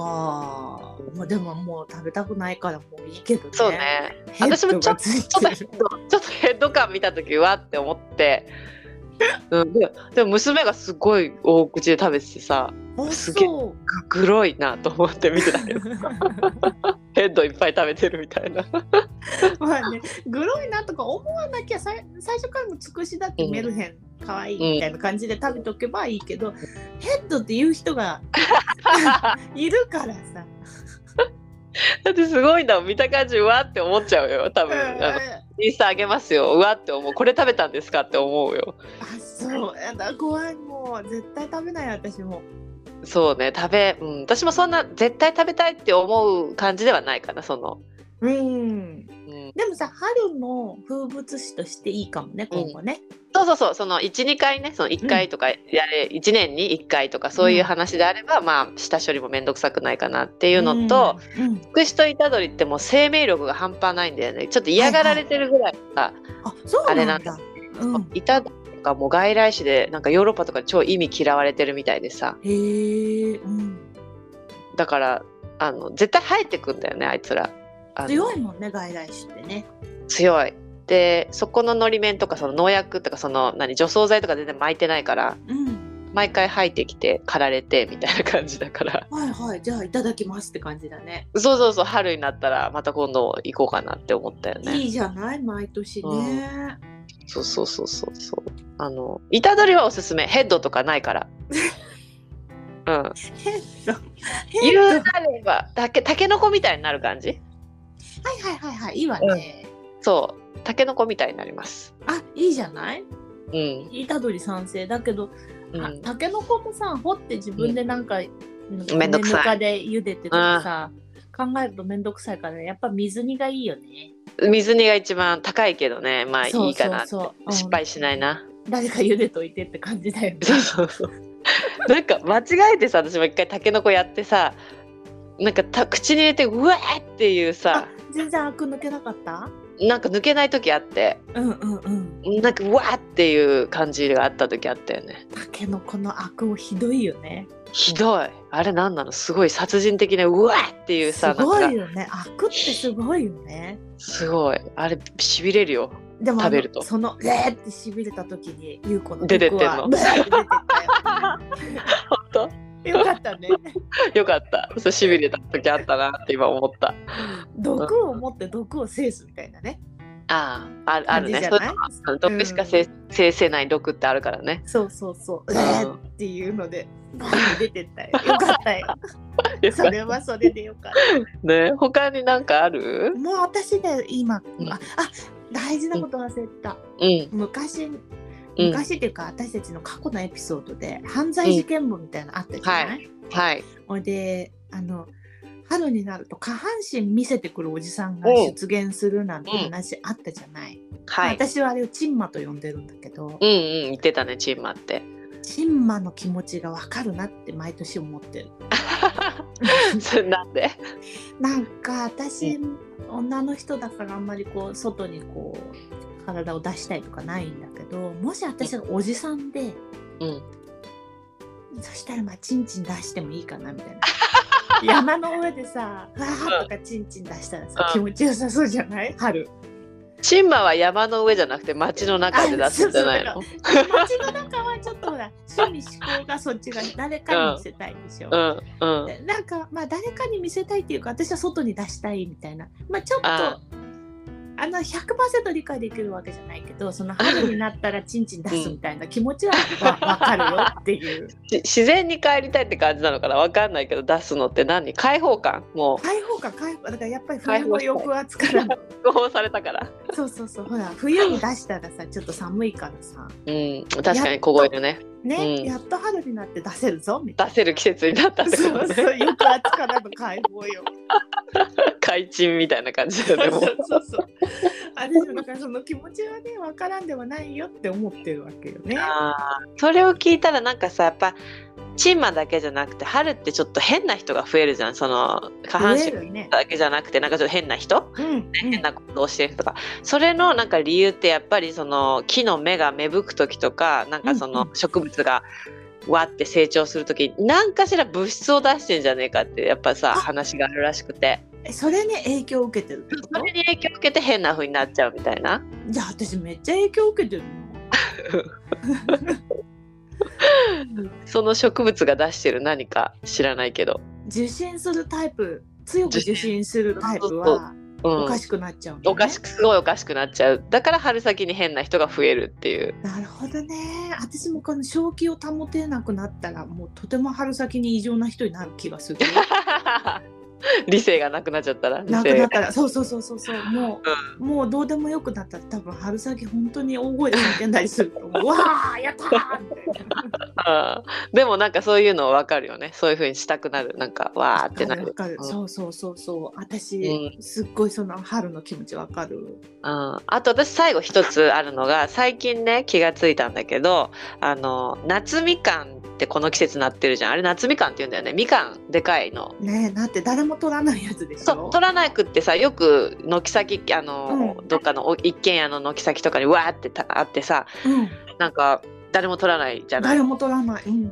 Speaker 2: もうでももう食べたくないからもういいけどね
Speaker 1: そうね
Speaker 2: ヘ
Speaker 1: 私
Speaker 2: ッドが
Speaker 1: もちょ
Speaker 2: つい
Speaker 1: ちょっと
Speaker 2: て
Speaker 1: ヘ
Speaker 2: る
Speaker 1: ッドちょっとヘッド感見た時うわって思って、うん、ででも娘がすごい大口で食べててさ
Speaker 2: あ
Speaker 1: すげえ
Speaker 2: そう
Speaker 1: グロいなと思って見てたけどヘッドいっぱい食べてるみたいな
Speaker 2: まあね、グロいなとか思わなきゃさい最初からもつくしだってメルヘン可愛いみたいな感じで食べとけばいいけど、ヘッドっていう人がいるからさ、
Speaker 1: だってすごいな見た感じうわって思っちゃうよ多分あの
Speaker 2: あ
Speaker 1: インスタあげますようわって思うこれ食べたんですかって思うよ
Speaker 2: そうやだ怖いもう絶対食べない私も
Speaker 1: そうね食べ、うん、私もそんな絶対食べたいって思う感じではないかなその、
Speaker 2: うん
Speaker 1: うん、
Speaker 2: でもさ春の風物詩としていいかもね今後ね、
Speaker 1: そうそうそうその12回ねその1回とかやれ、1年に1回とかそういう話であれば、まあ下処理も面倒くさくないかなっていうのと、
Speaker 2: うん、うん
Speaker 1: つくしと虎杖ってもう生命力が半端ないんだよねちょっと嫌がられてるぐらいさ、
Speaker 2: あそう
Speaker 1: あれな
Speaker 2: な
Speaker 1: んんだ
Speaker 2: だうん、
Speaker 1: 虎杖とかもう外来種でなんかヨーロッパとかで超意味嫌われてるみたいでさ
Speaker 2: へえ、うん、
Speaker 1: だからあの絶対生えてくんだよねあいつら。あの
Speaker 2: 強いもんね外来種ってね
Speaker 1: 強いでそこののり面とかその農薬とかその何除草剤とか全然巻いてないから
Speaker 2: うん
Speaker 1: 毎回生えてきて刈られてみたいな感じだから。
Speaker 2: はいはいじゃあいただきますって感じだね
Speaker 1: そうそうそう春になったらまた今度行こうかなって思ったよね。
Speaker 2: いいじゃない毎年ね、
Speaker 1: そうそうそうそうそう。あの板取りはおすすめヘッドとかない から。うん。
Speaker 2: ヘッド
Speaker 1: 言
Speaker 2: ヘッド
Speaker 1: うなればたけたけのこみたいになる感じ。
Speaker 2: はいはいはいはいいいわね、
Speaker 1: そうたけのこみたいになります。
Speaker 2: あいいじゃない
Speaker 1: うん。
Speaker 2: 板取り賛成だけど、
Speaker 1: う
Speaker 2: あ
Speaker 1: ん、
Speaker 2: タケノコもさ掘って自分でなんか、
Speaker 1: んめんどくさい
Speaker 2: ぬかで茹でてとかさ考えると面倒くさいから、やっぱ水煮がいいよね、
Speaker 1: 水煮が一番高いけどねまあい
Speaker 2: そう
Speaker 1: いかな。
Speaker 2: そうそう、うん
Speaker 1: 失敗しないな。
Speaker 2: 誰か茹でといてって感じだよね
Speaker 1: そうそうそう。なんか間違えてさ私も一回たけのこやってさなんかた口に入れてうわーっていう
Speaker 2: あ
Speaker 1: さ
Speaker 2: 全然アク抜けなかった
Speaker 1: なんか抜けない時あって。
Speaker 2: うんうんうん
Speaker 1: なんかうわーっていう感じがあった時あったよね
Speaker 2: タケノコのアクをひどいよね
Speaker 1: ひどいあれ何なのすごい殺人的なうわーっていう
Speaker 2: す
Speaker 1: さ
Speaker 2: ご
Speaker 1: なん
Speaker 2: い
Speaker 1: か
Speaker 2: よねアクってすごいよね
Speaker 1: すごいあれしびれるよ
Speaker 2: でもあの
Speaker 1: 食べると
Speaker 2: そのレーってしびれた時に優子の
Speaker 1: 出てってんの
Speaker 2: 僕はブーって
Speaker 1: 本
Speaker 2: 出てったよよかったね
Speaker 1: 当よかったそうしびれた時あったなって今思った
Speaker 2: 毒を持って毒を制すみたいなね
Speaker 1: あああるあるね
Speaker 2: 感じ
Speaker 1: そ
Speaker 2: じゃ
Speaker 1: う
Speaker 2: ない
Speaker 1: いうの毒しかせ制せない毒ってあるからね
Speaker 2: そうそうそう、
Speaker 1: うん
Speaker 2: えーっていうのでバーン出てったよよかった よそれはそれでよかっ
Speaker 1: ね他になんかある
Speaker 2: たもう私ね今、
Speaker 1: うん
Speaker 2: ああ大事なこと忘れた、
Speaker 1: うん
Speaker 2: 昔
Speaker 1: うん
Speaker 2: 昔っていうか私たちの過去のエピソードで犯罪事件簿みたいなのあったじゃない、
Speaker 1: はい
Speaker 2: ほいであの春になると下半身見せてくるおじさんが出現するなんて話あったじゃない、
Speaker 1: はい
Speaker 2: 私はあれをチンマと呼んでるんだけど、
Speaker 1: うんうん言ってたねチームあって
Speaker 2: チンマの気持ちがわかるなって毎年思って る
Speaker 1: それなんで
Speaker 2: なんか私女の人だからあんまりこう外にこう体を出したいとかないんだけどもし私がおじさんで
Speaker 1: うん
Speaker 2: そしたらまあチンチン出してもいいかなみたいな山の上でさ、わーとかチンチン出したらさ、
Speaker 1: う
Speaker 2: 気持ちよさそうじゃない春。
Speaker 1: シンバは山の上じゃなくて街の中で出すんじゃない
Speaker 2: あそ
Speaker 1: の
Speaker 2: う街の中はちょっとほら、趣味思考がそっちが誰かに見せたいでしょ。
Speaker 1: うんうん
Speaker 2: でなんか、まあ誰かに見せたいっていうか、私は外に出したいみたいな。まあちょっと、
Speaker 1: あ
Speaker 2: あの、100%理解できるわけじゃないけど、その春になったらチンチン出すみたいな気持ちはわわかるよっていう。
Speaker 1: し自然に帰りたいって感じなのかなわかんないけど出すのって何開放感も
Speaker 2: 開放か開放だからやっぱり冬の抑圧から
Speaker 1: う解放されたから
Speaker 2: そうそうそうほら冬に出したらさちょっと寒いからさ
Speaker 1: うん確かに凍えるね
Speaker 2: ね、
Speaker 1: うん
Speaker 2: やっと春になって出せるぞみたい
Speaker 1: 出せる季節になったっ
Speaker 2: な
Speaker 1: てこと
Speaker 2: そうそう
Speaker 1: ね
Speaker 2: 抑圧からの解放よ
Speaker 1: 開珍みたいな感じだ
Speaker 2: そ
Speaker 1: よね
Speaker 2: う
Speaker 1: も
Speaker 2: そううそうそうあれだからその気持ちはねわからんではないよって思ってるわけよね
Speaker 1: あーそれを聞いたらなんかさやっぱチンマだけじゃなくて春ってちょっと変な人が増えるじゃんその下半
Speaker 2: 増
Speaker 1: 身
Speaker 2: えるね
Speaker 1: だけじゃなくてなんかちょっと変な人
Speaker 2: うん、うん、
Speaker 1: 変なことをしてる人とかそれのなんか理由ってやっぱりその木の芽が芽吹く時とかなんかそ
Speaker 2: うん
Speaker 1: の植物がわって成長する時何かしら物質を出してんじゃねえかってやっぱさ
Speaker 2: あ
Speaker 1: 話があるらしくて
Speaker 2: えそれに影響を受けてるってこ
Speaker 1: それに影響を受けて変な風になっちゃうみたいな
Speaker 2: とじゃあ私めっちゃ影響を受けてるの
Speaker 1: その植物が出してる何か知らないけど、
Speaker 2: 受信するタイプ強く受信するタイプは
Speaker 1: う
Speaker 2: お
Speaker 1: ん
Speaker 2: か、しくなっちゃう、ね
Speaker 1: おかしくすごいおかしくなっちゃうだから春先に変な人が増えるっていう
Speaker 2: なるほどね私もこの正気を保てなくなったらもうとても春先に異常な人になる気がする
Speaker 1: 理性がなくなっちゃったら理
Speaker 2: なく
Speaker 1: 性
Speaker 2: なったらそうそうそうそうそうもう、もうどうでもよくなったら多分春先本当に大声で叫んだりすると 思うわあやったーみたい
Speaker 1: あーでもなんかそういうのわかるよねそういう風にしたくなるなんか
Speaker 2: な
Speaker 1: わーってな
Speaker 2: わ
Speaker 1: る
Speaker 2: かるわかる
Speaker 1: うん
Speaker 2: そうそうそうそう私、
Speaker 1: う
Speaker 2: すっごいその春の気持ちわかる
Speaker 1: うん、あと私最後一つあるのが最近ね気がついたんだけどあの夏みかんってこの季節なってるじゃんあれ夏みかんって言うんだよねみかんでかいの
Speaker 2: ねえだって誰も取らないやつでし
Speaker 1: そう
Speaker 2: ょ
Speaker 1: 取らなくってさよく軒先あの、
Speaker 2: うん
Speaker 1: どっかのお一軒家の軒先とかにわーってたあってさ
Speaker 2: うん、
Speaker 1: なんか誰も取らないじゃない
Speaker 2: 誰も取らない、うん、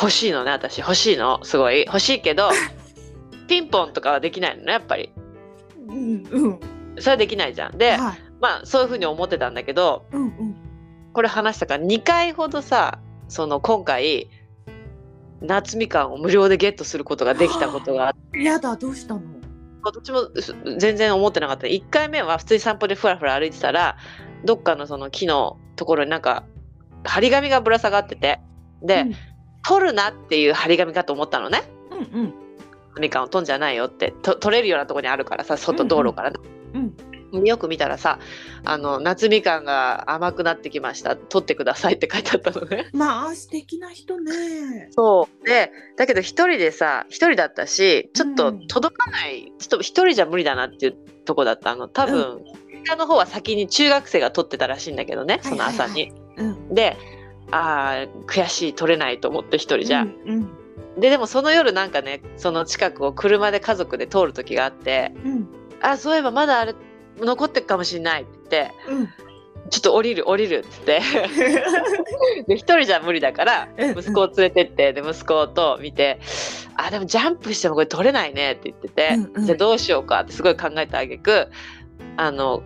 Speaker 1: 欲しいのね私欲しいのすごい欲しい けどピンポンとかはできないのねやっぱり
Speaker 2: うんうん
Speaker 1: それはできないじゃんで、
Speaker 2: はい
Speaker 1: まあそういうふうに思ってたんだけど
Speaker 2: うんうん
Speaker 1: これ話したから2回ほどさその今回夏みかんを無料でゲットすることができたことがあって
Speaker 2: やだどうしたの
Speaker 1: どっちもす全然思ってなかった1回目は普通に散歩でふらふら歩いてたらどっかのその木のところになんか張り紙がぶら下がっててで、
Speaker 2: うん
Speaker 1: 取るなっていう張り紙かと思ったのね
Speaker 2: うんうん
Speaker 1: みかんを取んじゃないよってと取れるようなところにあるからさ
Speaker 2: うんう
Speaker 1: 外
Speaker 2: ん
Speaker 1: 道路からね、
Speaker 2: うん
Speaker 1: よく見たらさあの夏みかんが甘くなってきました取ってくださいって書いてあったのね
Speaker 2: まあ素敵な人ね。
Speaker 1: そうでだけど一人でさ一人だったしちょっ
Speaker 2: う
Speaker 1: と
Speaker 2: ん
Speaker 1: 届かない、ちょっと一人じゃ無理だなっていうとこだったの多分、下の方は先に中学生が取ってたらしいんだけどねその朝に。
Speaker 2: うん。
Speaker 1: であー悔しい取れないと思って一人じゃ、
Speaker 2: うんうん
Speaker 1: ででもその夜なんかねその近くを車で家族で通る時があって
Speaker 2: うん
Speaker 1: 「あそういえばまだあれ残ってるかもしれない」って言って
Speaker 2: う
Speaker 1: 「
Speaker 2: ん。
Speaker 1: ちょっと降りる降りる」って言って で一人じゃ無理だから
Speaker 2: うん
Speaker 1: 息子を連れてってで息子と見て「あでもジャンプしてもこれ取れないね」って言ってて、
Speaker 2: うんうん
Speaker 1: じゃあどうしようかってすごい考えたあげくあの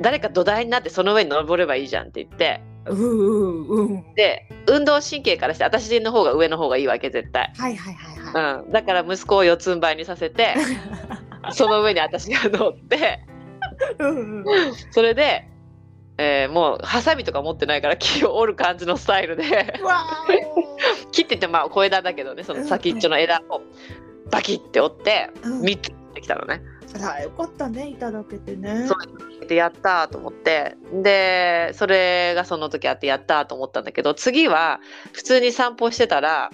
Speaker 1: 誰か土台になってその上に登ればいいじゃんって言って
Speaker 2: うんうんうん。
Speaker 1: で運動神経からして私の方が上の方がいいわけ絶対、
Speaker 2: はいはいはいは
Speaker 1: うん、だから息子を四つん這いにさせてその上に私が乗って
Speaker 2: い。 うんうん。
Speaker 1: それで、えーもうハサミとか持ってないから木を折る感じのスタイルで。
Speaker 2: わ
Speaker 1: 切っててまあ小枝だけどねその先っちょの枝をバキって折って
Speaker 2: ーお。み。
Speaker 1: 3つ折ってきたのね。
Speaker 2: あよかったねいただけてね。
Speaker 1: そうでやったーと思ってでそれがその時あってやったーと思ったんだけど次は普通に散歩してたら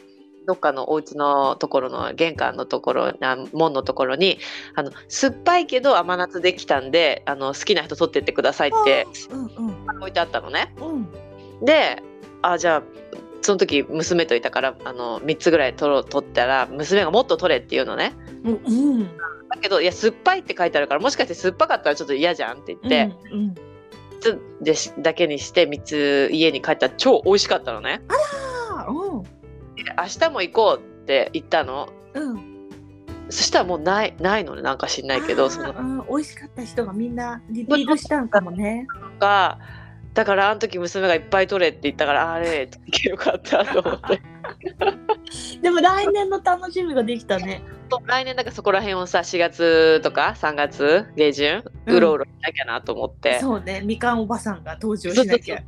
Speaker 1: どっかのお家のところの玄関のところあ門のところにあの酸っぱいけど甘夏できたんであの好きな人取ってってくださいって
Speaker 2: あー。うんうん
Speaker 1: 置いてあったのね。
Speaker 2: うん。
Speaker 1: であじゃあその時娘といたからあの3つぐらい取ろう取ったら娘がもっと取れっていうのね
Speaker 2: うんうん。
Speaker 1: だけど「いや酸っぱい」って書いてあるからもしかして酸っぱかったらちょっと嫌じゃんって言って、
Speaker 2: うんうん。
Speaker 1: 3つでしだけにして3つ家に帰ったら超美味しかったのね
Speaker 2: あーうん
Speaker 1: で明日も行こうって言ったの
Speaker 2: うん。
Speaker 1: そしたらもうないないのねなんか知んないけ どその
Speaker 2: あー美味しかった人がみんなリピートしたんかもね。
Speaker 1: がだからあの時娘がいっぱい取れって言ったからあれ取ってよかったと思って
Speaker 2: でも来年の楽しみができたね。
Speaker 1: と来年だからそこら辺をさ4月とか3月下旬
Speaker 2: うん
Speaker 1: うろうろしなきゃなと思って、
Speaker 2: そうね、みかんおばさんが登場しな きゃ。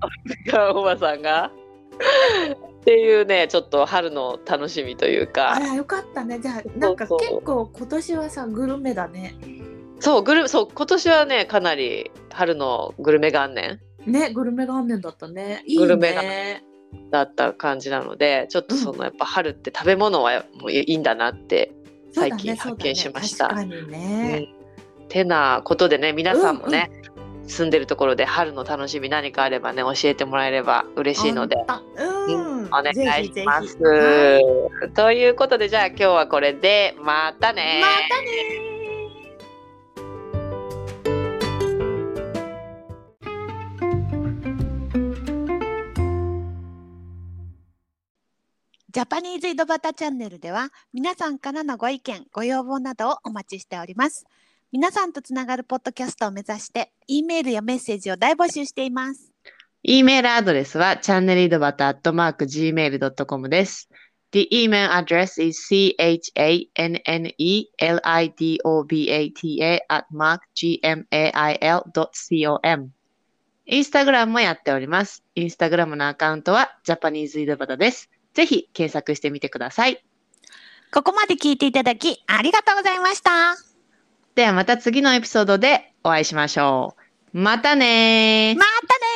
Speaker 1: がおばさんがっていうねちょっと春の楽しみという
Speaker 2: あ
Speaker 1: から
Speaker 2: よかったね。じゃあなんか
Speaker 1: そう
Speaker 2: 結
Speaker 1: そう
Speaker 2: 構今年はさグルメだね。
Speaker 1: そうグルそう今年はねかなり春のグルメ元年
Speaker 2: ねグルメ元年だったね。いいね。
Speaker 1: グルメ元だった感じなのでちょっとそのやっぱ春って食べ物はもういいんだなって、
Speaker 2: そう
Speaker 1: 最
Speaker 2: だね
Speaker 1: 近発見しました
Speaker 2: そうだね確かに
Speaker 1: う
Speaker 2: ね。
Speaker 1: ん、てなことでね皆さんもね、住んでるところで春の楽しみ何かあればね教えてもらえれば嬉しいので。
Speaker 2: あうん。
Speaker 1: お願いします
Speaker 2: ぜひぜひはい。
Speaker 1: ということでじゃあ今日はこれでまたね
Speaker 2: またねー。
Speaker 3: ジャパニーズ井戸端チャンネルでは皆さんからのご意見ご要望などをお待ちしております皆さんとつながるポッドキャストを目指して E メールやメッセージを大募集しています
Speaker 1: E メールアドレスは channelidobata.gmail.com です。The email address is chanelidobata at mark gmail.com インスタグラムもやっております。インスタグラムのアカウントはジャパニーズイドバタです。ぜひ検索してみてください。
Speaker 3: ここまで聞いていただきありがとうございました
Speaker 1: ではまた次のエピソードでお会いしましょう。またねー
Speaker 3: またね